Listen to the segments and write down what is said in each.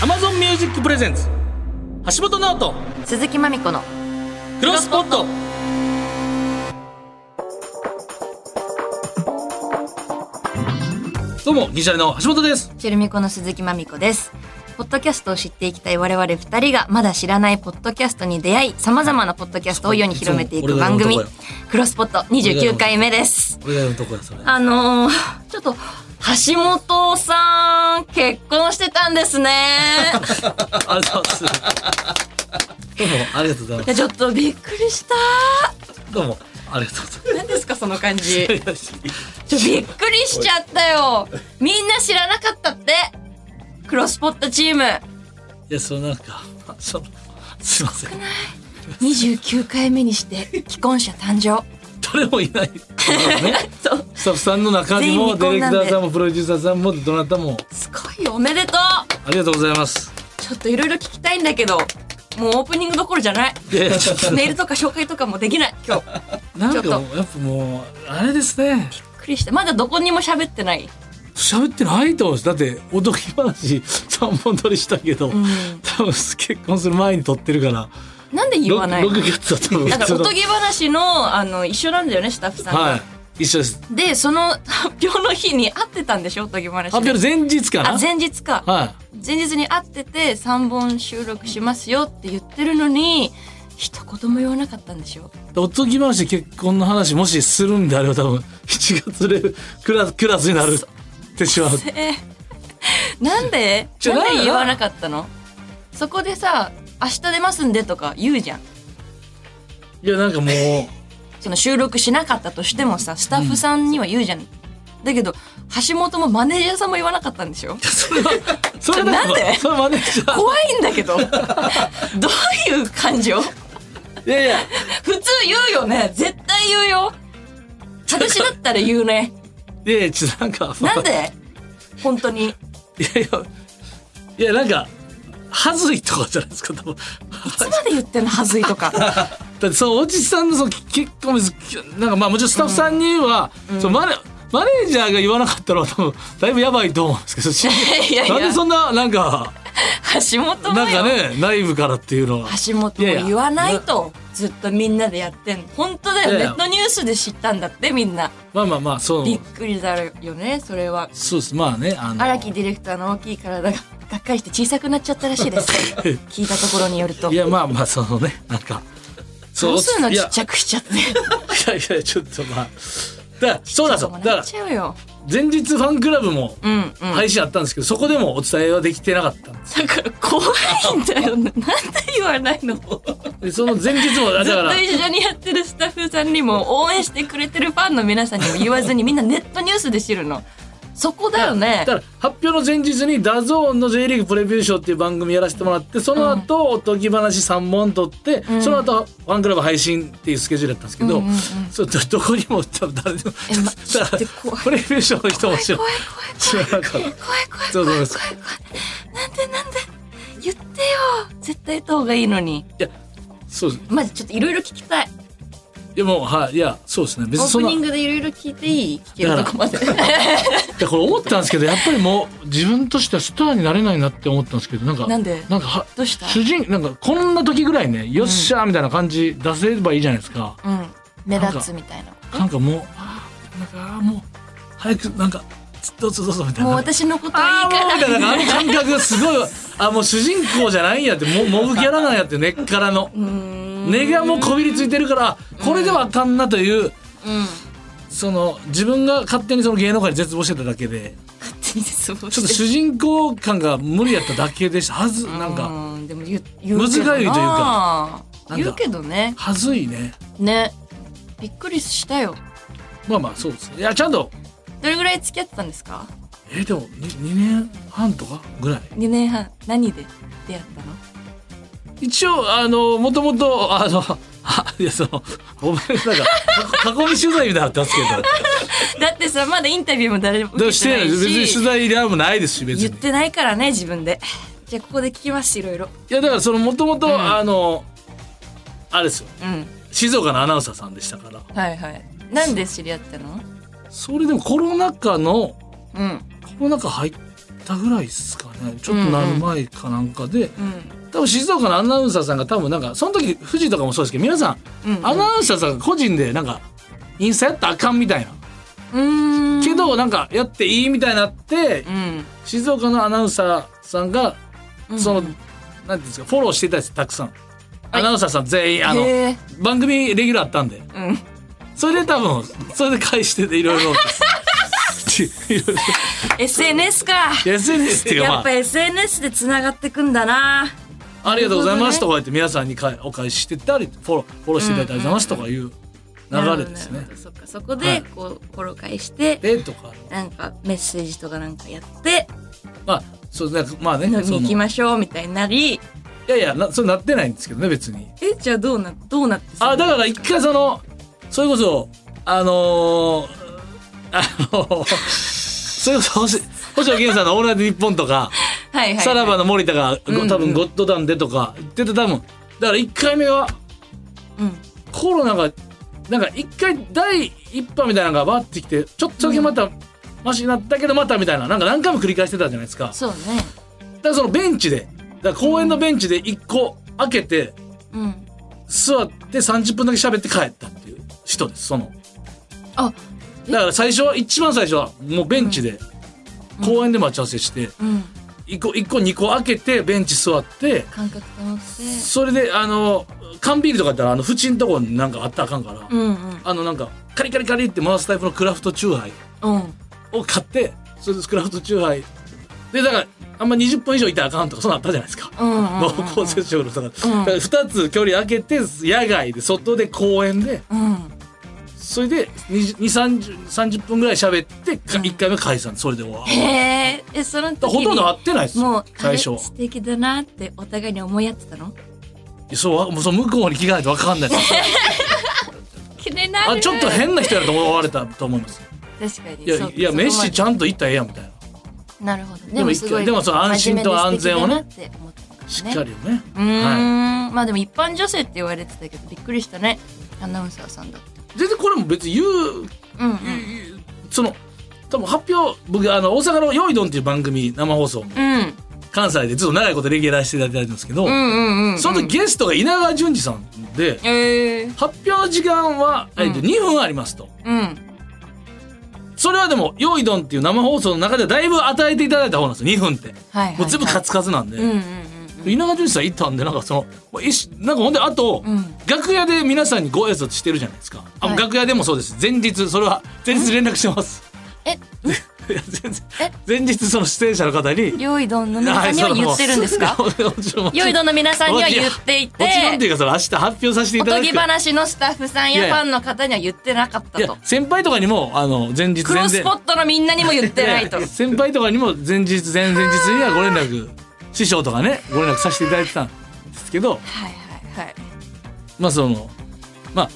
Amazon Music Presents 橋本直人鈴木まみこのクロスポットどうも銀シャリの橋本ですチェルミコの鈴木まみこですポッドキャストを知っていきたい我々二人がまだ知らないポッドキャストに出会いさまざまなポッドキャストを世に広めていく番組そう俺がクロスポット29回目です俺がやるとこやそれあのー、ちょっと橋本さん結婚してたんです ねありがとうございますどうもありがとうございいやちょっとびっくりしたますどうもありがとうございます何ですかその感じいやちょびっくりしちゃったよみんな知らなかったってクロスポットチームいやそのなんかそのすいません29回目にして既婚者誕生誰もいない、ね、そうスタッフさんの中にもデ全ィレ員未婚なクんターでさんもプロデューサーさんもどなたもすごいよおめでとうありがとうございますちょっといろいろ聞きたいんだけどもうオープニングどころじゃないいやいやちょっとメールとか紹介とかもできない今日びっなんちょかっもうやっぱもうあれですねくりしたまだどこにも喋ってない喋ってないと思うんですだっておとぎ話3本 撮りしたけど、ん多分結婚する前に撮ってるからなんで言わない 6, の月は多分だからおのとぎ話のあの一緒なんだよねスタッフさんが、はい一緒ですでその 発表の日に会ってたんでしょおとぎ話発表の前日かなあ前日かは前日に会ってて3本収録しますよって言ってるのに一言も言わなかったんでしょいでおとぎ話結婚の話もしするんであれば多分7月 でクラスクラスになるってしまうえー なんでちょなんなんでで言わなかったのそこでさ「明日出ますんで」とか言うじゃんいやなんかもう その収録しなかったとしてもさスタッフさんには言うじゃん、だけど橋本もマネージャーさんも言わなかったん でしょそれはそれはなんでそれはマネージャー怖いんだけど どういう感情いやいや普通言うよね絶対言うよ私だったら言うねいやいやちょっとなんかなんで本当にいやいや、いやなんか、はずいとかじゃないですか、多分。いつまで言ってんのはずい とかだって、そのおじさんの、その、き結婚別に、なんかまあもちろんスタッフさんには、そのマネ、マネージャーが言わなかったのは多分、だいぶやばいと思うんですけど、し いやいやなんでそんな、なんか、橋本もなんよかね、内部からっていうのは。橋本も言わないとずっとみんなでやってんの本当だよいやいネやットニュースで知ったんだってみんなまあまあまあ、そうびっ。くりだよねそれはそうです。まあね、あの。荒木ディレクターの大きい体ががっかりして小さくなっちゃったらしいです 聞いたところによるといや、まあまあ、そのね、なんか。そうするのいちやっちゃくしちゃっていやいや、ちょっとまあ。だからそうなんですよ。だかならっ、ちゃうよ前日ファンクラブも、うんうん配信あったんですけど、そこでもお伝えはできてなかったんですだから怖いん だよねなんで言わないのずっでその前日も あだからと一緒にやってるスタッフさんにも応援してくれてるファンの皆さんにも言わずにみんなネットニュースで知るのそこだよねだから発表の前日にダゾーンの J リーグプレビューショーっていう番組やらせてもらってその後、おとぎ話3本撮って、その後ファンクラブ配信っていうスケジュールだったんですけど、うんうんうんそどどこにも多分誰でもえまだか知って怖らいプレビューショーの人も知ら怖い知らなかった怖い怖い怖いそう怖い怖そうい怖い怖い怖いそうなんでなんで言ってよ絶対言った方がいいのにいやそうですまずちょっといろいろ聞きたいいやもうはいいやそうですね別オにーそんプなニンいグでいろいろ聞いていい聞けるとこまでやこれ思ったんですけどやっぱりもう自分としてはスターになれないなって思ったんですけどなんかなんでなんかはどうした主人なんかこんな時ぐらいねよっしゃーみたいな感じ出せればいいじゃないですか、うん目立つみたいななんかもうあーなんかあーもう早くなんかどうぞどうぞみたいなもう私のことはいいあーもうみたいなからあの感覚がすごいあもう主人公じゃないんやってもうモブキャラなんやって根っからのうーん根がもうこびりついてるからこれではあかんなといううんその自分が勝手にその芸能界に絶望してただけで勝手に絶望ちょっしとて主人公感が無理やっただけでしたはずなんかうんでも言う言うむずがゆいというかなんか言うけどねはずいねねびっくりしたよまあまあそうですねいやちゃんとどれぐらい付き合ってたんですかえーでも 2, 年半とかぐらい2年半何で出会ったの一応あのもともとあの あいやそのごめんなんかか囲み取材みたいになってますけだってさまだインタビューも誰も ど受しけててなないい別に取し材でもないですし別に言ってないからね自分でじゃあここで聞きますいろいろいやだからそのもともとんあのあれですようん静岡のアナウンサーさんでしたからはいはいなんで知り合ったのそれでもコロナ禍のうんコロナ禍入っったぐらいですかねちょっとなる前かなんかで、うん多分静岡のアナウンサーさんが多分なんかその時富士とかもそうですけど皆さんうんうんアナウンサーさんが個人でなんかインスタやったらあかんみたいな、うーんけどなんかやっていいみたいになってうん静岡のアナウンサーさんがうんその、うんなんていうんですかフォローしていたんですたくさんアナウンサーさん全員あのへえ番組レギュラーあったんでうんそれで多分それで返してていろいろ いろい SNS かろ SNS っていうかやまっぱ SNS でつながってくんだなあありがとうございますなるほどねとか言って皆さんにかお返ししてたりフォローフォローしていただいてありがとうございますとかいう流れですなるねほどなるほどそっかそこはでいこう転返してでとかなんかメッセージとかなんかやってまあそうなんかまあね飲みそにの行きいましょうみたいになりやいやなそうなってないんですけどね別にえじゃあどうなどうなってあだから一回そのそれこそあのー、あのー、 それこそ星星野源さんの「オールナイトニッポン」とかはいはいはいさらばの森田がご多分「ゴッドダン」でとか言ってた多分だから1回目はうんコロナがなんか一回第一波みたいなのがバーってきてちょっとだけまたマシになったけどまたみたいななんか何回も繰り返してたじゃないですかだかそうねらそのベンチでだから公園のベンチで一個開けてうん座って30分だけ喋って帰ったっていう人ですそのあだから最初は一番最初はもうベンチで公園で待ち合わせしてうん一個一個二個開けてベンチ座って感覚保ってそれであの缶ビールとかやったらあの縁のとこになんかあったらあかんからうんうんあのなんかカリカリカリって回すタイプのクラフトチューハイうんを買ってそれでクラフトチューハイでだからあんま20分以上いたらあかんとかそんなんあったじゃないですかうんうん濃厚接触のとか,、うん2つ距離空けて野外で外で公園でうんそれで2 3 0分ぐらい喋ってうん1回目解散それで終わるへーえその時ほにとんど会ってないですもうよあれ最初素敵だなってお互いに思い合ってたのそうもうその向こうに着替えないと分 かんないです気になるあちょっと変な人やと思われたと思います確かにいやそういやそこまでメッシちゃんと行ったらええやんみたいななるほどでもすごいでもそう安心と安全をね真面目で素敵だなって思ってたんだねしっかりよねうーはいん、まあでも一般女性って言われてたけどびっくりしたねアナウンサーさんだって全然これも別に言ううんうんその多分発表僕あの大阪の「よいどん」っていう番組生放送うん関西でずっと長いことレギュラーしていただいてたんですけど、うんうんうんその時ゲストが稲川淳二さんで、えー、発表の時間は、えっとうん2分ありますとうんそれはでも「よいどん」っていう生放送の中ではだいぶ与えていただいた方なんですよ2分ってはいはい、はい、もう全部カつツカツなんで、うんうんうんうん稲川淳二さん行ったんでなんかそのもう一緒なんかほんであと、うん楽屋で皆さんにご挨拶してるじゃないですか、あはい楽屋でもそうです前日それは前日連絡してますえいや全然え前日その出演者の方によいどんの皆さんには言ってるんですかよいどんの皆さんには言っていもちろんっていてうかその明日発表させていおただといてぎ話のスタッフさんいややいフやァンの方には言ってなかったいやと先輩とかにもあの前日クロスポットのみんなにも言ってないといやいや先輩とかにも前日前々日にはご連絡師匠とかねご連絡させていただいてたんですけどはいはいはいまあそのまあ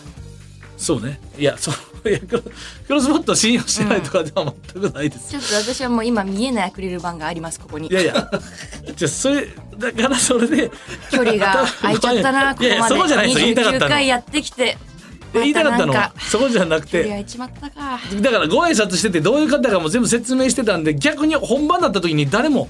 そうねいやそういやクロクロスボットを信用してないとかでは全くないです、ちょっと私はもう今見えないアクリル板がありますここにいやいやじゃあそれだからそれ で距離が空いちゃったなこいやいこやまでそこじゃないですよ言いたかった29の回やってきて言いたかったのまなんはそこじゃなく距離て空いちまったかだからご挨拶しててどういう方かも全部説明してたんで逆に本番だった時に誰も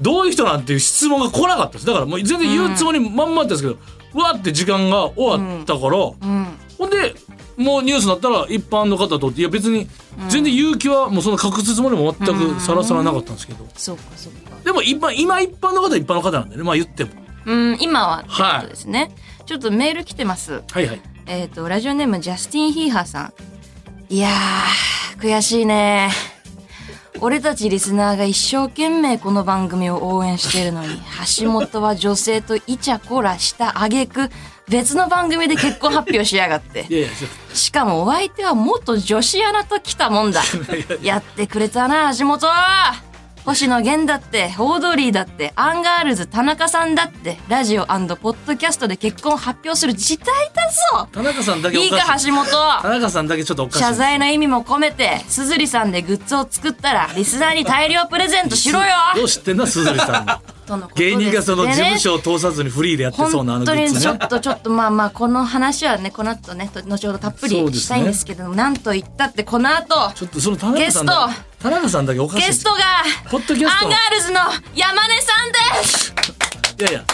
どういう人なんていう質問が来なかったですだからもう全然言うつもりまんまだったんですけど、うわーって時間が終わったから、うんほんでもうニュースになったら一般の方とっていや別に全然勇気はもうその隠すつもりも全くさらさらなかったんですけど、そうかそうかでも一般今一般の方は一般の方なんでねまあ言ってもうん今はってことですね、ちょっとメール来てますはいはいえっ、とラジオネームジャスティン・ヒーハーさんいやー悔しいね俺たちリスナーが一生懸命この番組を応援してるのに橋本は女性とイチャコラした挙句別の番組で結婚発表しやがっていやいやしかもお相手は元女子アナと来たもん だ。やってくれたな、橋本星野源だって、オードリーだって、アンガールズ田中さんだって、ラジオポッドキャストで結婚を発表する事態だぞ田中さんだけおいいかかしい、橋田本中さんだけちょっとおかしい謝罪の意味も込めて、すずりさんでグッズを作ったら、リスナーに大量プレゼントしろよどう知ってんな鈴木さんのとのことで芸すね人がその事務所を通さずにフリーでやってそうなあの本グッ当にちズょっねとちょっとまあまあこの話はねこの後ねと後ほどたっぷりそうですねしたいんですけども、なんと言ったってこの後ちょっとその田中ゲさスんトだ田中さんだけおかしいゲでスすトがポッドキャストアンガールズの山根さんですいやいや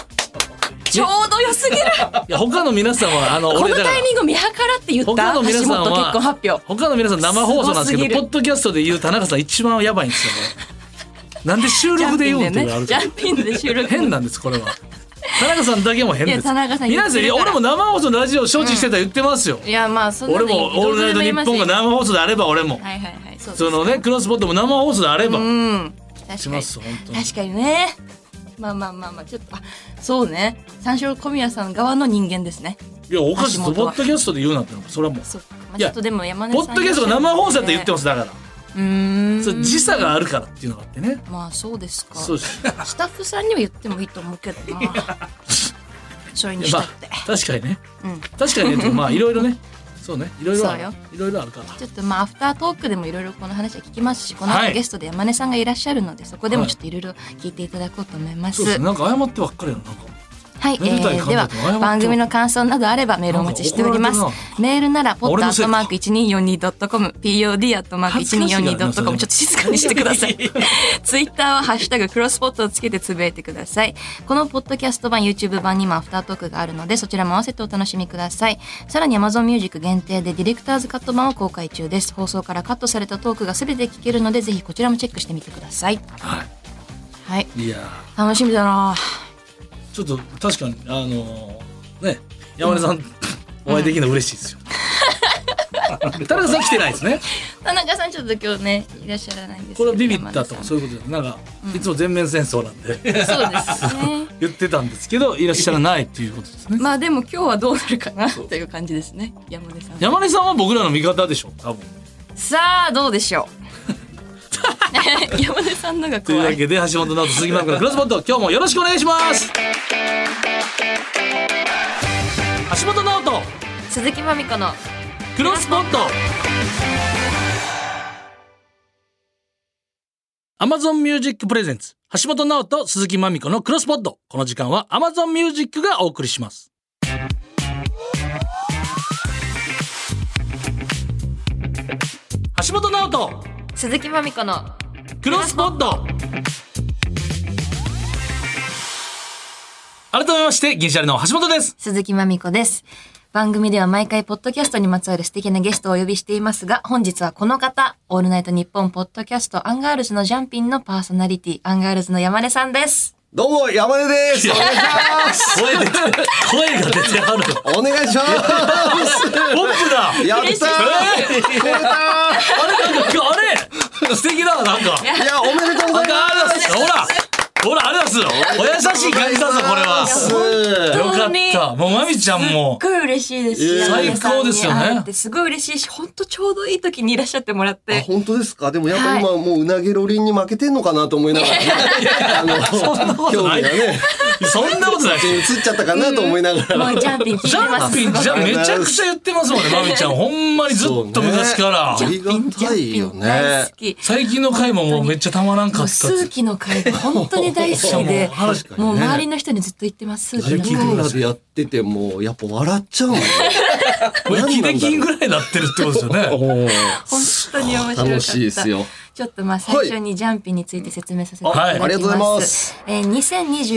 ちょうど良す ぎるいや他の皆さんはあのこ俺のだかタイミング見計らって言った他橋の本皆結さんは婚発表ら他の皆さん生放送なんですすごすぎけるどポッドキャストで言う田中さん一番やばいんですよこれなんで収ジャ録ンでピ言うンんっでていうのがあねるジからャンピンで収録変なんですこれは田中さんだけも変ですいや田中さんいないですよいや俺も生放送のラジオ承知してたら言ってますよ、いやまあそんな俺のも「オールナイトニッポン」がは生放送であれば俺も、いはいはいそうでそすのねクロスポットも生放送であれば、うん確しかまにす本当に確かにねまあまあまあまあちょっとあそうね三四郎小宮さん側の人間ですねいやおかしい橋ポッ本はドキャストで言うなってのそれはもうそっか、まあ、いちやょっとでも山根ポさんッドキャストが生放送って言ってもますだから、うーんそれ時差があるからっていうのがあってねまあそうですかそうですスタッフさんには言ってもいいと思うけどなそれにしたまあって、確かにねうん確かにねまあいろいろねそうねいろいろあるそうよいろいろあるからちょっとまあアフタートークでもいろいろこの話は聞きますしこのは後いゲストで山根さんがいらっしゃるのでそこでもはいちょっといろいろ聞いていただこうと思います。そうはですい、ねなんか謝ってばっかりやな なんかえめでたいー考えてもで謝はっても番組の感想などあればメールお待ちしておりますなんか怒られ。メールならポッ俺ドアのせッいトかマーク一二四二ドットコム、P. O. D. アットマーク一二四二ド ットコム、ちょっと静かにしてください。ツイッターはハッシュタグクロスポットをつけてつぶやいてください。このポッドキャスト版、YouTube 版にもアフタートークがあるので、そちらも合わせてお楽しみください。さらに Amazon Music 限定でディレクターズカット版を公開中です。放送からカットされたトークが全て聞けるので、ぜひこちらもチェックしてみてください。ははい。いいや楽しみだなーちょっと確かにあのーね山根さんお会いできるの嬉しいです よ田中さん来てないですね田中さんちょっと今日ね、いらっしゃらないんですけどこれはビビったとか山田さそういうことでなんかいつも全面戦争なんでんそうですね。言ってたんですけどいらっしゃらないっていうことですねまあでも今日はどうなるかなという感じですね山根さん山根さんは僕らの味方でしょ多分さあどうでしょ う山根さんのがという怖わいけで橋本直人杉村君のクロスボット今日もよろしくお願いします橋本直人鈴木まみこのクロスボット Amazon Music Presents 橋本直人鈴木まみこのクロスボットこの時間は Amazon Music がお送りします橋本直人鈴木まみこのクロスポット改めまして、銀シャリの橋本です。鈴木まみこです番組では毎回ポッドキャストにまつわる素敵なゲストをお呼びしていますが本日はこの方「オールナイトニッポン」ポッドキャストアンガールズのジャンピンのパーソナリティアンガールズの山根さんですどうも、山根です。お願いします。声出て、声が出てある。お願いします。ポップだやったー。超えあれたなんか、あれ素敵だなんか。ー。いや、おめでとうなんございかまあれですほらほら、あれですよお優しい感じだぞ、これは。す。やはよかった。もう、まみちゃんもす、っごい嬉しいですいや山根さんに最高ですよね会えてすごい嬉しいし本当ちょうどいい時にいらっしゃってもら っあて本当ですかでもやっぱ今もううなげロリンに負けてんのかなと思いながら、あの、と興ない味がね、そんなことない。映っちゃったかなと思いながら。もうジャンピン聞いジてャまンすピン、じゃめちゃくちゃ言ってますもんね、まみちゃん。ほんまにずっと昔からそ。うねありがたいよね好。き。最近の回ももうめっちゃたまらんかもったっうスーて。キの会が本当に大好きで もう話か、にねもう周りの人にずっと言ってます。ス大ーキ企の会業ラでやってても、やっぱ笑っちゃうもんね。もう駅できんぐらいになってるってことですよね。本当に面白かった。楽しいですよ。ちょっとまあ最初にジャンピンについて説明させていたはいだきあます。りがとうございますえー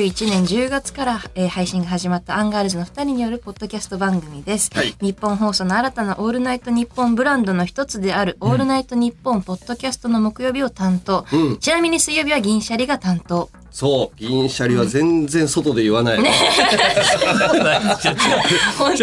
2021年10月から、えー配信が始まったアンガールズの2人によるポッドキャスト番組です。はい日本放送の新たなオールナイトニッポンブランドの一つである、オールナイトニッポンポッドキャストの木曜日を担当。うんちなみに水曜日は銀シャリが担当。そう、銀シャリは全然外で言わない。じ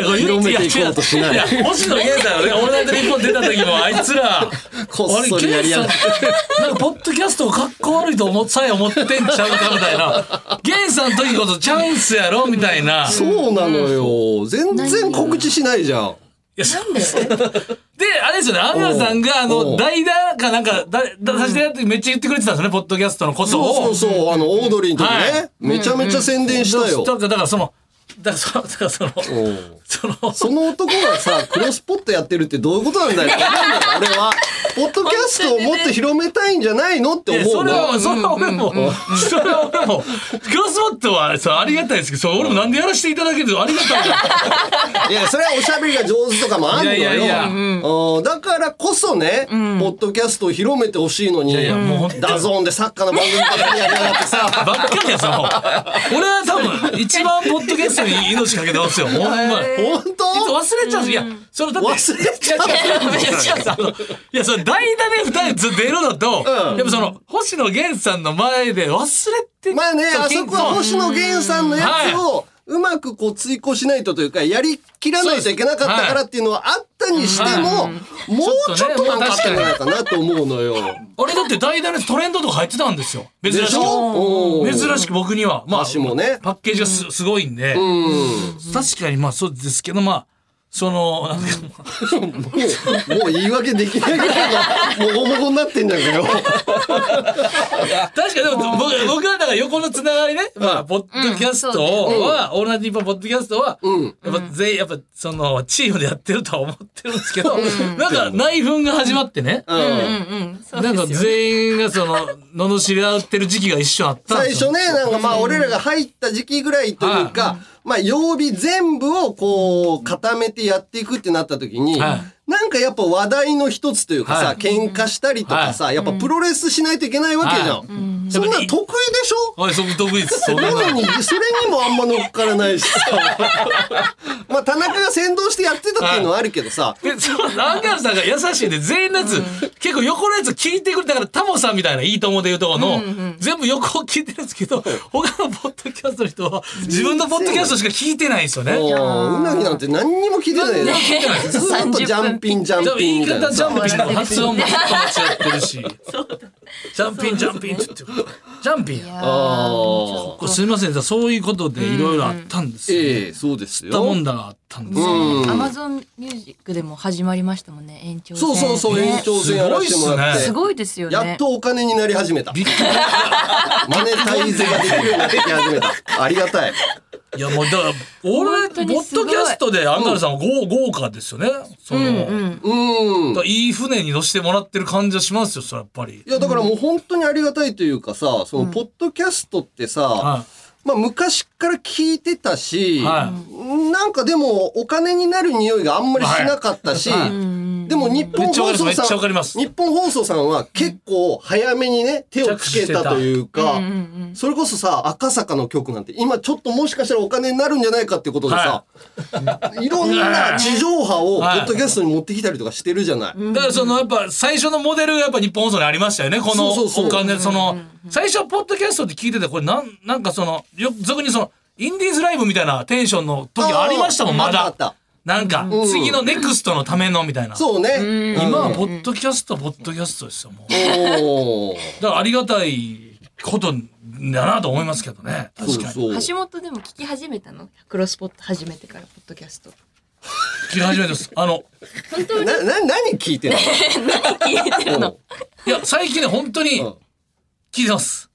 ゃあ広めていこうとしないや星野源さんがね「オールナイトニッポン」出た時もあいつらこっそりやりやがって。あれ源さんなんかポッドキャストをかっこ悪いと思っさえ思ってんちゃうかみたいな源さんの時こそチャンスやろみたいなそうなのよ。全然告知しないじゃん。いやそなんでであれですよねアンガさんがあおのう代打かなんかだ出させてやってめっちゃ言ってくれてたんですよねポッドキャストのことをそうそうそう、あの、オードリーの時ね、はめちゃめちゃ宣伝したよ。だからだからそのだからそだからそのうんそのその男がさ、 クロスポットやってるってどういうことなんだよ。俺は、ポッドキャストをもっと広めたいんじゃないのっていや思そうれはの。それは俺もそれは俺もクロスボットはさありがたいですけどそう俺もなんでやらせていただけるのありがたいじゃんいや、それはおしゃべりが上手とかもあんのいやいやいやよ。うんだからこそね、ポッドキャストを広めてほしいのにいやいやもう本当、にダゾーンでサッカーの番組ばっかりやりやがってさ。ばっかりやさもう俺は多分一番ポッドキャストに命かけてますよほんまに。本いつ当忘れちゃうんですいや、そのだって。忘れちゃういや違う違う違う違ういや、その代打で二人ず出るのと、うんやっぱその、星野源さんの前で忘れて。 まあね、うあそこは星野源さんのやつを、うまくこう追行しないとというか、やりきらないといけなかったからっていうのはあったにしても、もうちょっとなんかあったんじゃないかなと思うのよ。俺だって代打でトレンドとか入ってたんですよ。珍しでくし。ょ珍しく僕には。まあ、足もね。パッケージがすすごいんで、うん。確かにまあそうですけど、まあ、その、なんかもう、もう言い訳できないぐらいの、もごもごになってんじゃんかよ。確かにでも僕僕はだから横のつながりね、まあ、ポッドキャストは、オールナイトニッポンポッドキャストは、うん。やっぱ全員、やっぱそのチームでやってるとは思ってるんですけど、なんか内紛が始まってね、うんうんうん。そうなんか全員がその、罵り合ってる時期が一緒あったん最ですよ初。ね、なんかまあ俺らが入った時期ぐらいというか、まあ曜日全部をこう固めてやっていくってなった時に、はなんかやっぱ話題の一つというかさ、はい喧嘩したりとかさ、やっぱプロレスしないといけないわけじゃん。はいそんな得意でしょはい、そこ得意です。そんななのに、それにもあんま乗っから ないしさ。まあ田中が先導してやってたっていうのはあるけどさ、で、その、アンガールズさんが優しいんで、全員のやつ、結構横のやつ聞いてくれたから、タモさんみたいな、いいともで言うとこの、全部横を聞いてるんですけど、他のポッドキャストの人は、自分のポッドキャストしか聞いてないんですよね。もううなぎなんて何にも聞いてないよね。ずーっとジャンピンジャンピン言いみたい方なジさ。ャンピンの発音もちょっと間違ってるし。ジャンピンジャンピンって言ってる。ジャンピンいや。やーあこれすみません、そういうことでいろいろあったんですーよ。えええ、そうですったもよ。んだがあったんですよ。うんアマゾンミュージックでも始まりましたもんね延長戦そうそうそう、ね延長戦やらせてもらっすてす。ごいですよねやっとお金になり始めた。びっくり。マネタイズができるようになってき始めた。ありがたい。いやもうだから、俺、本ポ当にッすごドいキャストでアンガールズさんは豪豪華ですよね。その、うん。だからいい船に乗せてもらってる感じはしますよ、それやっぱりい。や、だからもう本当にありがたいというかさ、その、ポッドキャストってさ、はまあ昔から聞いてたし、い。はなんかでもお金になる匂いがあんまりしなかったし、はいでも日本放め送っちゃわかさりん、ます日本放送さんは結構早めにね、手をつけたというか、それこそさ、赤坂の曲なんて、今ちょっともしかしたらお金になるんじゃないかってことでさ、い、ろんな地上波をポはいッドキャストに持ってきたりとかしてるじゃない。い。だからそのやっぱ最初のモデルがやっぱ日本放送にありましたよね、このそうそうそうお金、その、最初はポッドキャストって聞いてて、これなん、なんかその、よ俗にその、インディーズライブみたいなテンションの時ありましたもん、あまーだ。あったあっなんか、ん次のネクストのためのみたいな。た。そうね。今は うんポッドキャスト、ポッドキャストですよ、もう。おーだからありがたいことだなと思いますけどね。そう確かに。そう。橋本でも聞き始めたのクロスポット始めてからポッドキャスト聞き始めてます。あの、な、な、何聞 いてんの聞いてるのいや、最近ね、本当にうん聞いてます。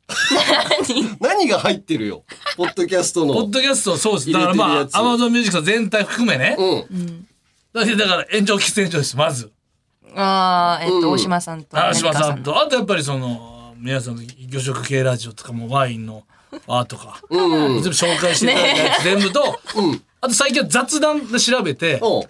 何が入ってるよ。ポッドキャストポッの。ドキャスト、そうです。だから入まれてるやつあ、アマゾンミュージックさん全体含めね。うん。だからだから延長喫煙所です、まず。ああえっうんと大島さんと長島さ成ん川と。あとやっぱりその、皆さんの魚食系ラジオとかもワインの、あとか、全部紹介していただいたやつ全部と、うん。あと最近は雑談で調べて、おう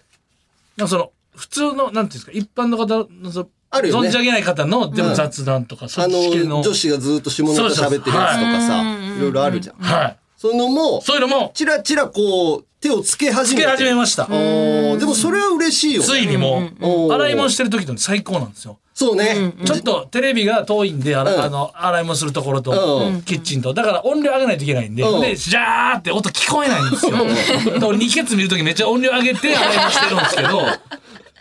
なんかその、普通の、なんていうんですか、一般の方の、そのあるよね存じ上げない方の、でうもん雑談とか、そあっち系のの、女子がずっと下ネタ喋ってるやつとかさ、いろいろあるじゃん。はい。そういうのも、そういうのも、ちらちらこう、手をつけ始つめけて。始めました。おーでもそれは嬉しいよね。ついにもうんうんう、洗い物してる時と最高なんですよ。そうね。ちょっとテレビが遠いんで、あうんらあの、洗い物するところとう、キッチンと。だから音量上げないといけないんでうん、で、ジャーって音聞こえないんですよ。で俺、二ケツ見る時めっちゃ音量上げて洗い物してるんですけど、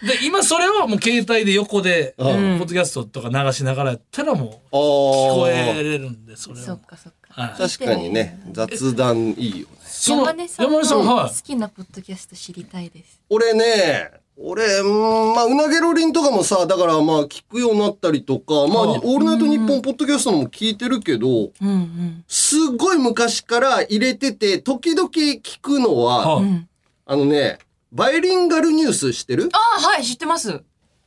で、今それをもう携帯で横で、ポんッドキャストとか流しながらやったらもう、あ聞こーえれるんで、それそはっ。かそっかはい確かにね、雑談いいよね。その山根さん山根さん、のは好きなポッドキャスト知りたいです俺ね、俺、うーん、まあ、うなげろりんとかもさ、だからまあ、聞くようになったりとか、まあ、はあオールナイトニッポンポッドキャストのも聞いてるけど、うんうんすっごい昔から入れてて、時々聞くのは、はういんあのね、バイリンガルニュース知ってるあーはい知ってます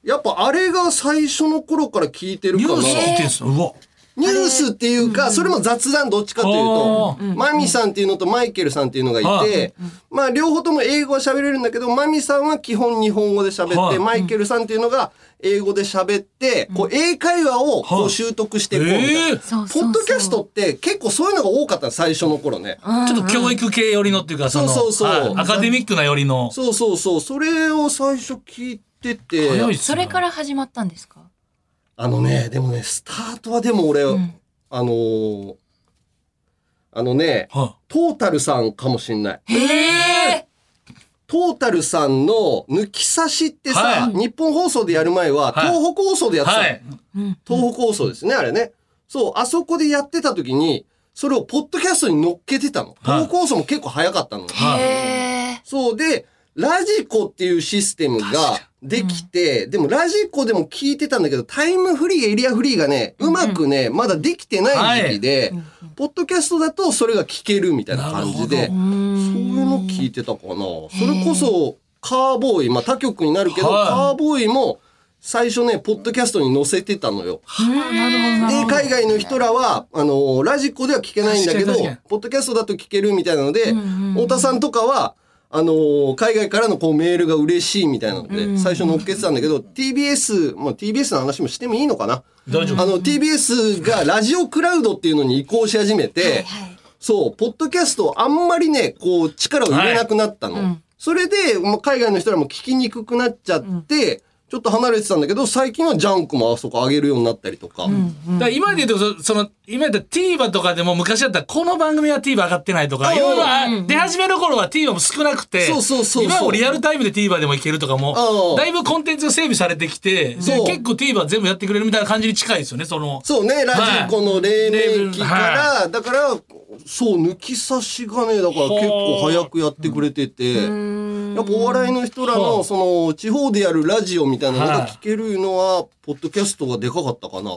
やっぱあれが最初の頃から聞いてるニかュな。ース聞いてんすようわニュースっていうか、それも雑談どっちかというとあ、ーマミさんっていうのとマイケルさんっていうのがいて、まあ両方とも英語は喋れるんだけど、マミさんは基本日本語で喋っはいて、マイケルさんっていうのが英語で喋って、こう英会話をこはうい習得していこうみたいえな。ーそうポそうそうッドキャストって結構そういうのが多かったの最初の頃ね。ちょっと教育系寄りのっていうかそのそうそうそはいうアカデミックな寄りのそうそうそう、それを最初聞いてて、早いっすそねれから始まったんですかあのね、でもね、スタートはでも俺、んあのーあのね、はトータルさんかもしんない。へえトータルさんの抜き差しってさ、はい日本放送でやる前は、はい東北放送でやってたの、はいうん東北放送ですね、あれね。そう、あそこでやってた時に、それをポッドキャストに乗っけてたの。はい東北放送も結構早かったの。はいへえそうで、ラジコっていうシステムができて、でもラジコでも聞いてたんだけど、タイムフリー、エリアフリーがね、うまくね、まだできてない時期で、ポッドキャストだとそれが聞けるみたいな感じなる、うでほそういんうの聞いてたかな。それこそ、カーボーイ、まあ他局になるけど、はいカーボーイも最初ね、ポッドキャストに載せてたのよ。うんなるほどなるでほど海外の人らはあのラジコでは聞けないんだけど確かに確かポッドキャストだと聞けるみたいなので、うんうんうん太田さんとかはあの海外からのこうメールが嬉しいみたいなので、うんうん最初乗っけてたんだけど TBS、まあ、TBS の話もしてもいいのかな、大丈あ夫の TBS がラジオクラウドっていうのに移行し始めて、はいそうポッドキャストあんまりねこう力を入れなくなったの。はいうんそれで、まあ、海外の人らも聞きにくくなっちゃって、ちょっと離れてたんだけど最近はジャンクもあそこ上げるようになったりとか。だから今で言うとそその今で TVer とかでも昔だったらこの番組は TVer 上がってないとかうんいろいろあ出始めの頃は TVer も少なくてそうそうそうそう今はもうリアルタイムで TVer でもいけるとかうもんだいぶコンテンツが整備されてきてでそう結構 TVer 全部やってくれるみたいな感じに近いですよねそのそうね、ラジコの黎明期から、はだから、そう、抜き差しがね、だから結構早くやってくれてて、やっぱお笑いの人らはの、あその、地方でやるラジオみたいなのはがい聞けるのは、ポッドキャストがでかかったかな。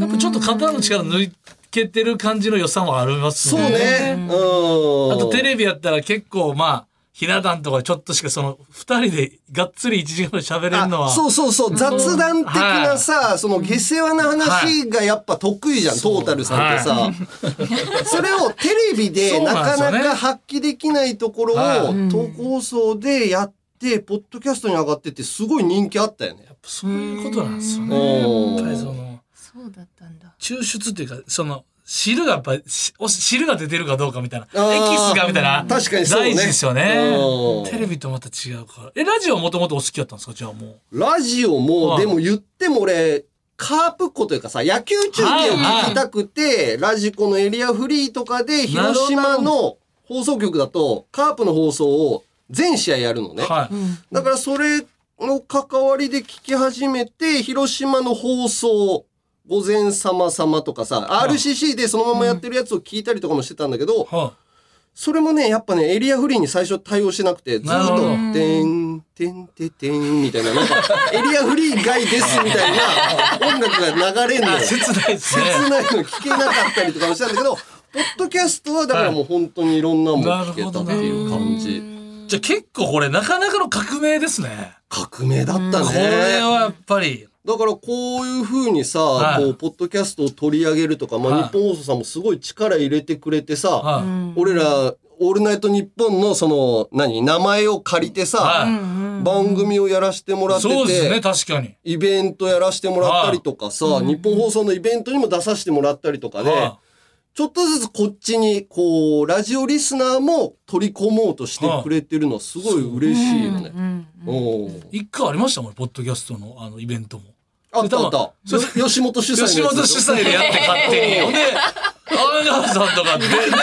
やっぱちょっと肩の力抜けてる感じの良さもありますそうね。うん。ああととテレビやったら結構まあひな壇とかちょっとしかその2人でがっつり1時間ぐらい喋れるのはそうそうそう、雑談的なさ、その下世話な話がやっぱ得意じゃん、はいトータルさんってさ。 それをテレビでそうななんですかよねなか発揮できないところを、はい投稿送でやって、ポッドキャストに上がってってすごい人気あったよね。そういうことなんですよねうんやっぱりそのそうだったんだ抽出っていうかその汁がやっぱりしお汁が出てるかどうかみたいなエキあースがみたいな確かにそうね大事ですようねんテレビとまた違うからえラジオはもともとお好きだったんですかじゃあもうラジオも、はいでも言っても俺、カープっ子というかさ、野球中継を聞きたくて、ラジコのエリアフリーとかなで、る広ほど島の放送局だと、カープの放送を全試合やるのね。はういんだからそれの関わりで聞き始めて、広島の放送、午前様様とかさ、い RCC でそのままやってるやつを聞いたりとかもしてたんだけど、はそれもね、やっぱね、エリアフリーに最初対応してなくて、ずっなるほとど、てん、てんててん、みたいな、なんか、エリアフリー外ですみたいな音楽が流れんのよ。い切切ないですねないの聞けなかったりとかもしたんだけど、ポッドキャストはだからもう本当にいろんなもん聞けたっていう感じ。じゃあ結構これなかなかの革命ですね革命だったね。これはやっぱりだからこういうふうにさ、はいこうポッドキャストを取り上げるとか、まあ、はい日本放送さんもすごい力入れてくれてさ、はういん俺ら「オールナイトニッポン」のその何名前を借りてさ、はういんうん番組をやらせてもらってそうですて、ね確かにイベントやらせてもらったりとかさ、日本放送のイベントにも出させてもらったりとかで、はちょっとずつこっちにこうラジオリスナーも取り込もうとしてくれてるのはすごい嬉しいよね。うんおーい一回ありましたもんねポッドキャストのあのイベントもあったあった。よ吉本主催のやつ吉本主催でやって勝手に。ほん で、雨川さんとか出てね、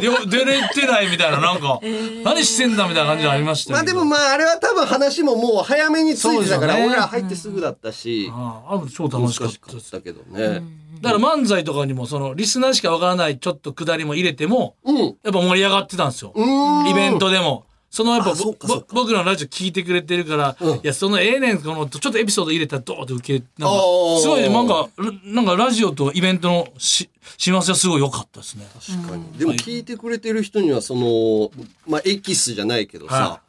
りょ出れてないみたいな、なんか、何してんだみたいな感じがありましたまあけでどもまああれは多分話ももう早めについてたから、そうですよね俺ら入ってすぐだったし、ああ、あれ超難楽ししかかっったです。たけどね。だから漫才とかにも、その、リスナーしかわからないちょっとくだりも入れても、うん。やっぱ盛り上がってたんですよ。うーん。イベントでも。そのやっぱあそうかぼそうか僕らのラジオ聞いてくれてるから、うんいやそのええねんこのちょっとエピソード入れたらドーって受けなんかあーすごいねなんかラなんかラジオとイベントのししますはすごい良かったですね。確かに。でも聞いてくれてる人には、その、まあ、エキスじゃないけどはさ、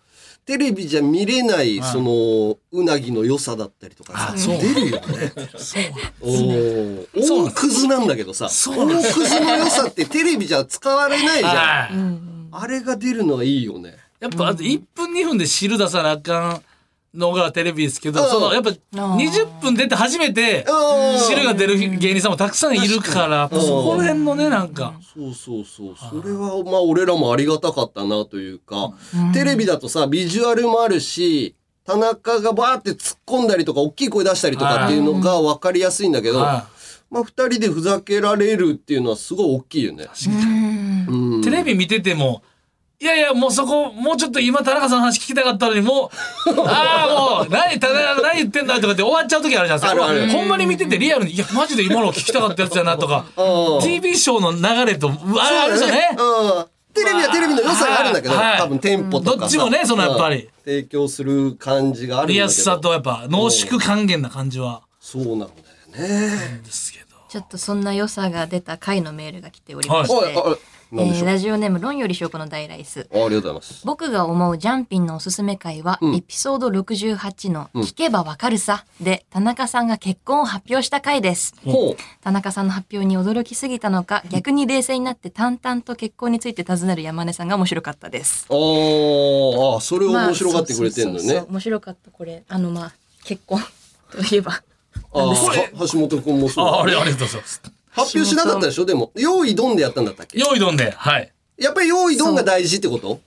テレビじゃ見れない、はいその、うなぎの良さだったりとかさあ、そう出るよね。そうおーそう大クズなんだけどさ、そうなんで大クズの良さってテレビじゃ使われないじゃん。はいあれが出るのはいいよね。やっぱあと1分2分で汁出さなあかんのがテレビですけど、うんそのやっぱん20分出て初めてうん汁が出る芸人さんもたくさんいるから、やっぱそこら辺のね、なんか。そうそうそう。それは、まあ、俺らもありがたかったなというか、テレビだとさ、ビジュアルもあるし、田中がバーって突っ込んだりとか、大きい声出したりとかっていうのが分かりやすいんだけど、はまあ、二人でふざけられるっていうのはすごい大きいよね。うんうんいテレビ見てても、いやいや、もうそこ、もうちょっと今田中さんの話聞きたかったのに、も う、ああ、もう、何、田中何言ってんだとかって終わっちゃう時あるじゃないですか。あるあるほんまに見ててリアルに、いや、マジで今の聞きたかったやつだなとか、うん TV ショーの流れと、ああるじゃね。うんテレビはテレビの良さがあるんだけど、はい多分テンポとかさどっちもねそのやっぱりうん提供する感じがあるんだけど。リアスさとやっぱ濃縮還元な感じはそうなんだよね。ですけど。ちょっとそんな良さが出た回のメールが来ておりまして、おい、あ、あなんでえしーょう。ラジオネーム論より証拠の大ライス。あありがとうございます。僕が思うジャンピンのおすすめ回は、うんエピソード68の聞けばわかるさで、田中さんが結婚を発表した回です。ほう。田中さんの発表に驚きすぎたのか、逆に冷静になって淡々と結婚について尋ねる山根さんが面白かったです。あーあ、それを面白がってくれてんのまあそうそうねそう。面白かった、これ。あの、まあ、結婚 といえば。ああ、はそうそう橋本君もあ、そあう。れ、ありがとうございます。発表しなかったでしょでも、用意ドンでやったんだったっけ用意どんで、はい。やっぱり用意ドンが大事っ てこと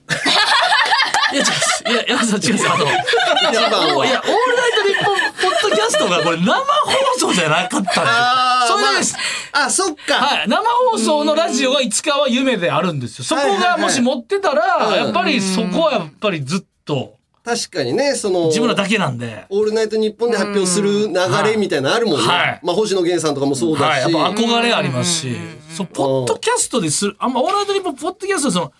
いや、違う、いや、山さん違うです、あの、やっいや、オールナイトニッポンポッドキャストがこれ生放送じゃなかったんですよあーそれだけです。あ、そっか。はい、生放送のラジオがいつかは夢であるんですよ。そこがもし持ってたはいら、はいはいやっぱりそこはやっぱりずっと確かにね、その、自分らだけなんで、オールナイト日本で発表する流れみたいなのあるもんね。はいまあ、星野源さんとかもそうはい、だやっし。ぱ憧れありますし、そう、ポッドキャストでする、あんまオールナイトニッポンポッドキャストでその、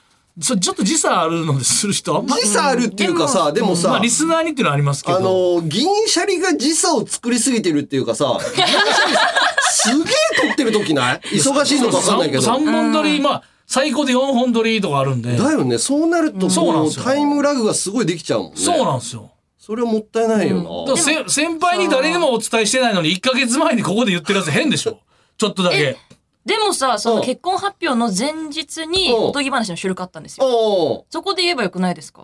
そちょっと時差あるのでする人あんま時差あるっていうかさ、でもさ、まあ、リスナーにっていうのはありますけど。あの、銀シャリが時差を作りすぎてるっていうかさ、銀シャリすげえ撮ってる時ない忙しいのか分かんないけど。 3本撮り、まあ、最高で4本撮りとかあるんで。だよね。そうなると、そうなんですよタイムラグがすごいできちゃうもんね。そうなんですよ。それはもったいないよだな。からせ先輩に誰にもお伝えしてないのに、1ヶ月前にここで言ってるやつ変でしょ。ちょっとだけ。でもさ、そのうん結婚発表の前日に、うんおとぎ話の収録あったんですよ。おうそこで言えばよくないですか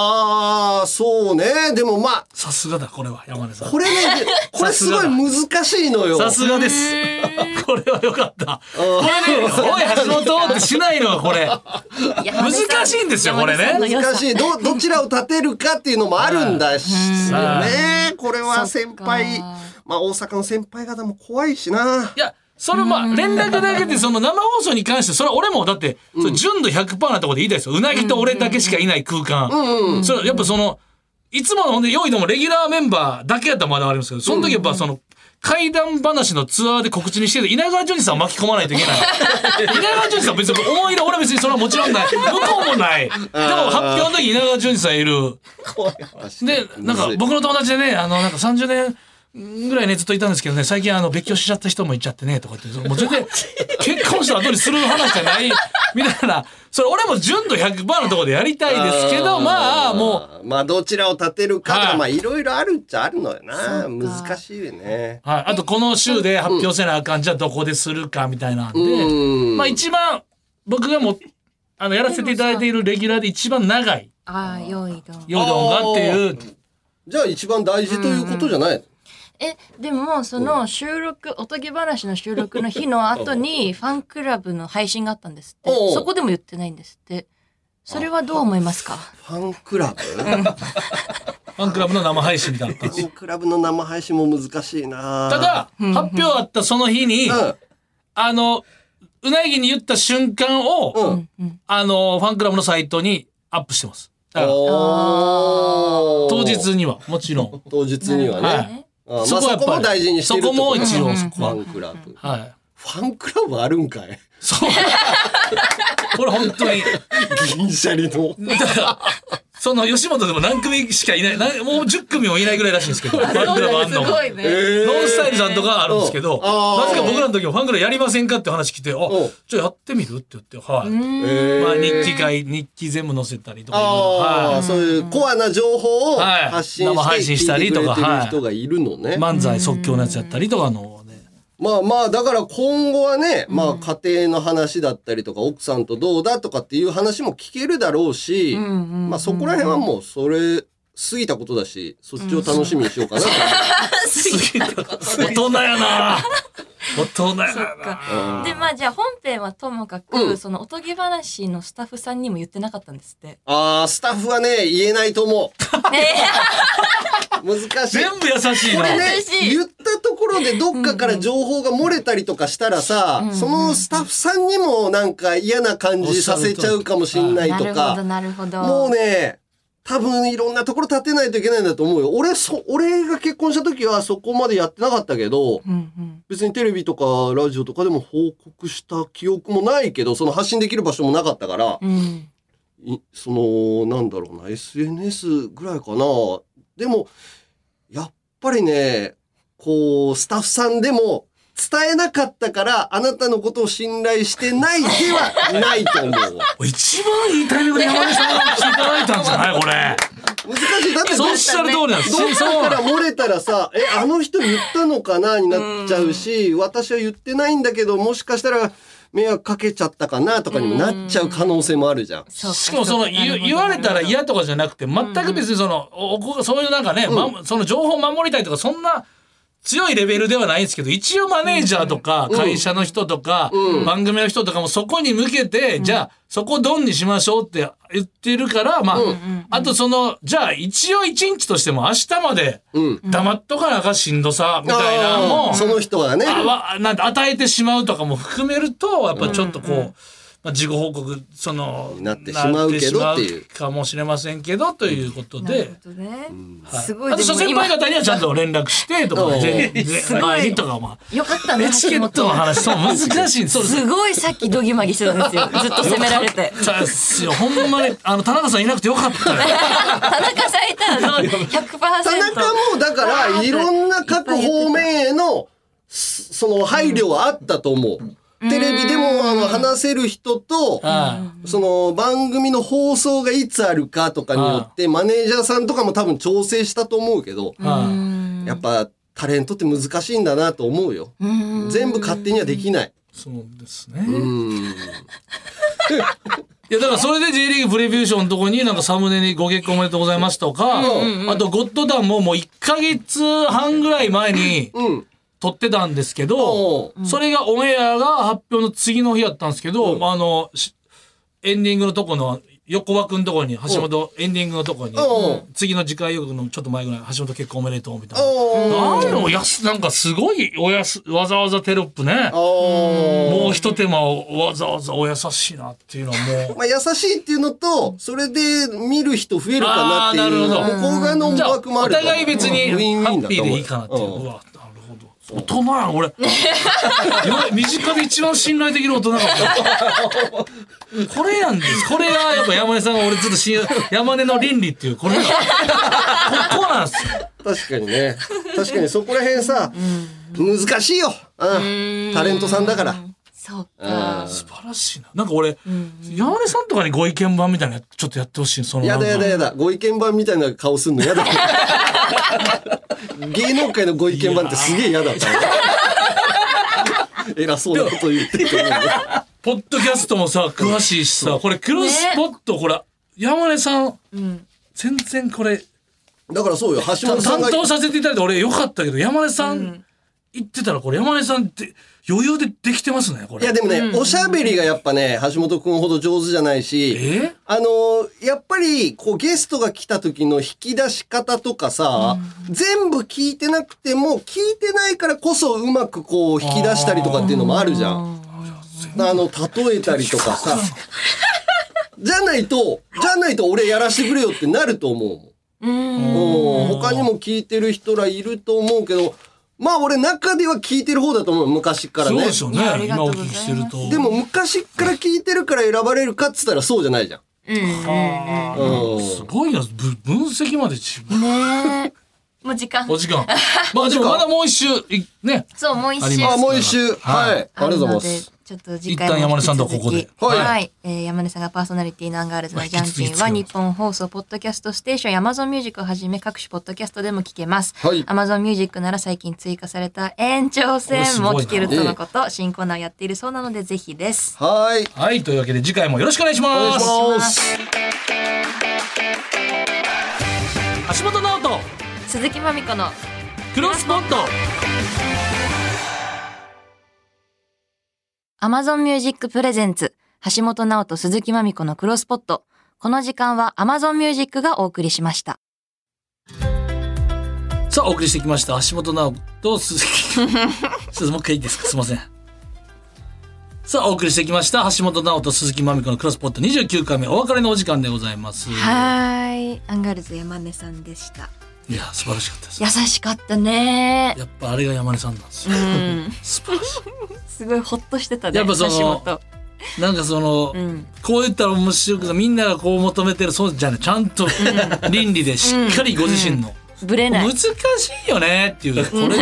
あー、そうね。でもまあ、さすがだ、これは、山根さんこ。れね、 これすごい難しいのよ。さすがです。 これはよかった。これね、おい、橋本ってしないのがこれ。山根さん難しいんですよこれね山根さんの良さ難しい。ど、どちらを立てるかっていうのもあるんだし、はいね。これは先輩そっか、まあ大阪の先輩方も怖いしな。いや、それまあ、連絡だけで、その生放送に関して、それは俺もだって、それ純度100%なところで言いたいですよ。うなぎと俺だけしかいない空間。それはやっぱその、いつものほんで、用意でもレギュラーメンバーだけやったらまだありますけど、その時やっぱその、怪談話のツアーで告知にしてる稲川淳二さんを巻き込まないといけ ない。稲川淳二さんは別に思い入れ、俺別にそれはもちろんない。向こうもない。でも発表の時稲川淳二さんいる。で、なんか僕の友達でね、あの、なんか30年ぐらいね、ずっといたんですけどね、最近あの、別居しちゃった人もいちゃってね、とかって、もう全 然、結婚した後にする話じゃない、みたいな、それ俺も純度100%のところでやりたいですけど、まあ、もう。まあどちらを立てるかとはか、いまあいろいろあるっちゃあるのよな。難しいよね。う、はい、あとこの週で発表せなあかん、じゃあどこでするか、みたいなんで、うん。まあ一番、僕がもう、あの、やらせていただいているレギュラーで一番長い、ああ、用意どん。ヨドンがっていう、じゃあ一番大事ということじゃないのえ、でも、その収録、おとぎ話の収録の日の後 に、ファンクラブの配信があったんですっておう。そこでも言ってないんですって。それはどう思いますかファンクラブファンクラブの生配信みたいなのあったんでフすァンクラブの生配信も難しいな。ただ、発表あったその日に、あの、うなぎに言った瞬間を、うん。うん。うん。あの、ファンクラブのサイトにアップしてます。だから、おー当日には、もちろん。当日にはね。はいねあまあそこも大事にしてるそとこも一応、そフこはァ。ンクラブ。はい。ファンクラブあるんかい そう。これ本当に。銀シャリの。だから、 その吉本でも何組しかいないなもう10組もいないぐらいらしいんですけどファンクラブあんすのごがいね。えーノンスタイルさんとかあるんですけど、うんあーなぜか僕らの時もファンクラブやりませんかって話来て、あ、うんじゃあやってみるって言って、はい。えーまあ日記会、日記全部載せたりとかいろいろ、ああ、はそういうコアな情報をはい発信して、生配信したりとか聞いてくれてはるい人がいるのね。い。漫才即興のやつやったりとかのね。まあまあ、だから今後はね、まあ家庭の話だったりとか、奥さんとどうだとかっていう話も聞けるだろうし、うんうんうんまあそこら辺はもうそれ、過ぎたことだし、そっちを楽しみにしようかなと思大人やな大人やそっなかうんでまあじゃあ本編はともかく、うんそのおとぎ話のスタッフさんにも言ってなかったんですって。 ああ、スタッフはね、言えないと思ねう。難しい。全部優しいこな。れね優しい言ったところでどっかから情報が漏れたりとかしたらさ、うんうんそのスタッフさんにもなんか嫌な感じさせちゃうかもしん なえいなとるほどか、なるほど。もうね、多分いろんなところ立てないといけないんだと思うよ。俺、そ、俺が結婚した時はそこまでやってなかったけど、うんうん。別にテレビとかラジオとかでも報告した記憶もないけど、その発信できる場所もなかったから、うんいそのなんだろうな SNS ぐらいかなでもやっぱりねこうスタッフさんでも伝えなかったからあなたのことを信頼してないではないと思う一番いいタイミングで山根さんがしていただいたんじゃないこれ。難しいだってそうおっしゃる通りなんです。どっそうかから漏れたらさ「えあの人言ったのかな?」になっちゃうし私は言ってないんだけどもしかしたら迷惑かけちゃったかなとかにもなっちゃう可能性もあるじゃん。そうしかもそのなるほ言ど言われたらなる嫌とかじゃなくて全く別にそのおこそういうなんかね、まその情報を守りたいとかそんな強いレベルではないんですけど一応マネージャーとか会社の人とかうん番組の人とかもそこに向けて、じゃあそこをドンにしましょうって言ってるからまあ、うんあとそのじゃあ一応一日としても明日までうん、黙っとかなあかんしんどさみたいなのあもーその人がね。 あわなんて与えてしまうとかも含めるとやっぱちょっとこう、まあ、事後報告そのなってしまうけどっていうなてしまうかもしれませんけどということほどなるで。ほどね。はいすごいあとで諸も先輩今方にはちゃんと連絡してと うかん全員すごい全員と かまあよかったねエチケットの話そう難しいそうですすごいさっきドギマギしてたんですよ。ずっと責められて。さよほんまにあの田中さんいなくてよかったよ 田中さんいたらどう100%。田中もだからいろんな各方面へのすその配慮はあったと思う。テレビでもあの話せる人と、はその番組の放送がいつあるかとかによってマネージャーさんとかも多分調整したと思うけどい、はうんやっぱタレントって難しいんだなと思うよ。うん全部勝手にはできない。いそうですねうん。いやだからそれで J リーグプレビューションのとこになんかサムネにご結婚おめでとうございますとか、あとゴッドタンももう1ヶ月半ぐらい前にうん。撮ってたんですけど、おうそれがオンエアが発表の次の日やったんですけど、うんまあ、あの、しエンディングのとこの横枠のとこに、橋本、エンディングのとこにうん、次の次回予告のちょっと前ぐらい、橋本結婚おめでとうみたいな。あおあいううのおやす、なんかすごいおやす、わざわざテロップね。おうもう一手間をわざわざお優しいなっていうのはもう。まあ、優しいっていうのと、それで見る人増えるかなっていあーう、なるほど向こう側の思じゃあ、惑もあおるから互い別にウィンウハィンッだピとーで思ういいかなっていう。ううわ、んなるほど。大人やん、 俺。よ身近で一番信頼できる大人かも。これなんです。これが、やっぱ山根さんが俺ずっと信用、山根の倫理っていう、これが。ここなんですよ。確かにね。確かにそこら辺さ、難しいよ。うん。タレントさんだから。そうか。素晴らしいな。なんか俺、山根さんとかにご意見番みたいなのやちょっとやってほしい。そのやだやだなんかやだ。ご意見番みたいな顔すん のやだ。芸能界のご意見番ってすげえやだから。偉そうなこと言ってると思うよ。 ポッドキャストもさ、詳しいしさ、これクロスポット、これ、山根さん、全然これ、だからそうよ、橋本さん担が。当させていただいて俺よかったけど山根さん行ってたらこれ山根さんって余裕でできてますねこいれやでもね、おしゃべりがやっぱね、橋本くんほど上手じゃないし、えあのーやっぱり、こう、ゲストが来た時の引き出し方とかさ、全部聞いてなくても、聞いてないからこそうまくこう、引き出したりとかっていうのもあるじゃん。あの、例えたりとかさ。じゃないと、じゃないと俺やらしてくれよってなると思うもん。うん。うん他にも聞いてる人らいると思うけど、まあ俺中では聞いてる方だと思う、昔からそうねで。しょういやあねりが今とうおござ聞いまきしすてるとでも昔から聞いてるから選ばれるかっつったらそうじゃないじゃん。うんうんうんすごいなぶ分析まで自分うん。ねえ。もう時間。お時間まあでもまだもう一周いねそう、もう一あり周。まあ、すもう一周。はい。ありがとうございあまるのすで。ちょっと次回も一旦山根さんとは引きここで続きはい、はえー山根さんがパーソナリティのアンガールズのジャン引きピ続ンきは日本放送、ポッドキャストステーション、ヤマゾンミュージックをはじめ各種ポッドキャストでも聞けます。はいアマゾンミュージックなら最近追加された延長戦も聞けるとのこと、新コーナーをやっているそうなのでぜひです。はい。はいというわけで次回もよろしくお願いしお願まいすします。橋本直人鈴木まみこのクロスポット Amazon Music Presents 橋本直人鈴木まみこのクロスポット。この時間は Amazon Music がお送りしました。さあお送りしてきました橋本直人鈴 木ちょっともう一回いいですかすいませんさあお送りしてきました橋本直人鈴木まみこのクロスポット29回目お別れのお時間でございますはい。アンガールズ山根さんでした。いや素晴らしかったです優しかったね。やっぱあれが山根さんなんですうよん。素晴らしすごいほっとしてたね。やっぱその橋本いなんかその、うん。こう言ったら面白くてみんながこう求めてるそうじゃないちゃんと倫理でしっかりご自身の、ぶれない。難いしいよねっていうこれこ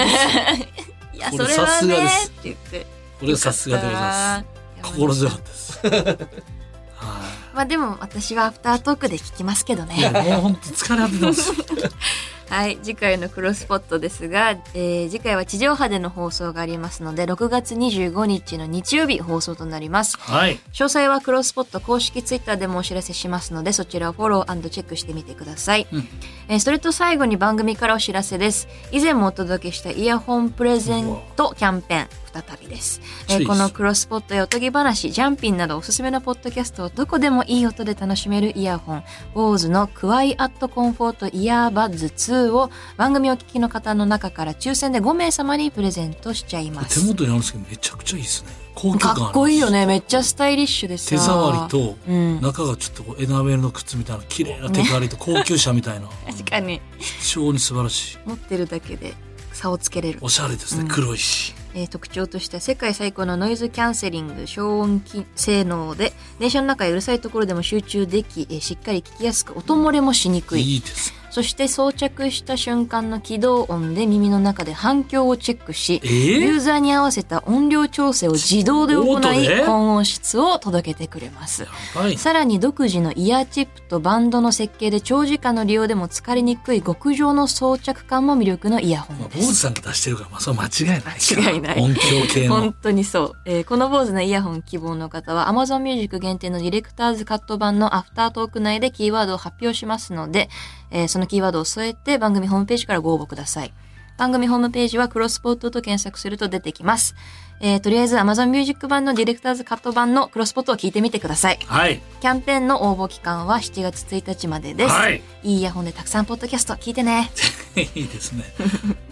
や、こそれれはさすがでねす。って言って。れがさすがでございますよかった心強かったですはまあでも私はアフタートークで聞きますけどいいやね。もう本当疲れ果ててます はい。次回のクロスポットですが、えー次回は地上波での放送がありますので、6月25日の日曜日放送となります。はい詳細はクロスポット公式ツイッターでもお知らせしますのでそちらをフォローチェックしてみてください、うんえーそれと最後に番組からお知らせです以前もお届けしたイヤホンプレゼントキャンペーン再びです、えついですーこのクロスポットやおとぎ話ジャンピンなどおすすめのポッドキャストをどこでもいい音で楽しめるイヤホン BOSE のクワイアットコンフォートイヤーバッズ2を番組お聞きの方の中から抽選で5名様にプレゼントしちゃいま手す元にあるんですけどめちゃくちゃいいですね高級感ありますかっこいいよねめっちゃスタイリッシュでさ手触りとうん中がちょっとこうエナメルの靴みたいな綺麗なテカリと高級車みたいな確かに非常に素晴らしい持ってるだけで差をつけれる、おしゃれですね、うん黒いしえー特徴としては世界最高のノイズキャンセリング消音機性能で電車の中やうるさいところでも集中でき、えーしっかり聞きやすく音漏れもしにくいいいですねそして装着した瞬間の起動音で耳の中で反響をチェックしえユーーザーに合わせた音量調整を自動で行オートいで高音質を届けてくれますやばいねさらに独自のイヤーチップとバンドの設計で長時間の利用でも疲れにくい極上の装着感も魅力のイヤホまあ、ン坊で主す。さんが出してるから、まあ、それは間違いないか間違いない音響系本の。当にそう、えーこの坊主のイヤホン希望の方は Amazon Music 限定のディレクターズカット版のアフタートーク内でキーワードを発表しますので、えーそのキーワードを添えて番組ホームページからご応募ください番組ホームページはクロスポットと検索すると出てきます、えーとりあえず Amazon Music 版のディレクターズカット版のクロスポットを聞いてみてくださいはい。キャンペーンの応募期間は7月1日までです、はい。いいイヤホンでたくさんポッドキャスト聞いてね。 いいですね。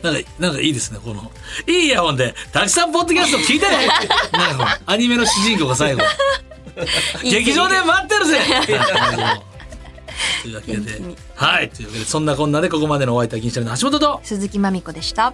なんか、なんかいいですね、この。いいイヤホンで、たくさんポッドキャスト聞いてね なんかこうアニメの主人公が最後、劇場で待ってるぜ というわけ元気でに、はい。というわけで、そんなこんなでここまでのお相手は銀シャリの橋本と、鈴木まみこでした。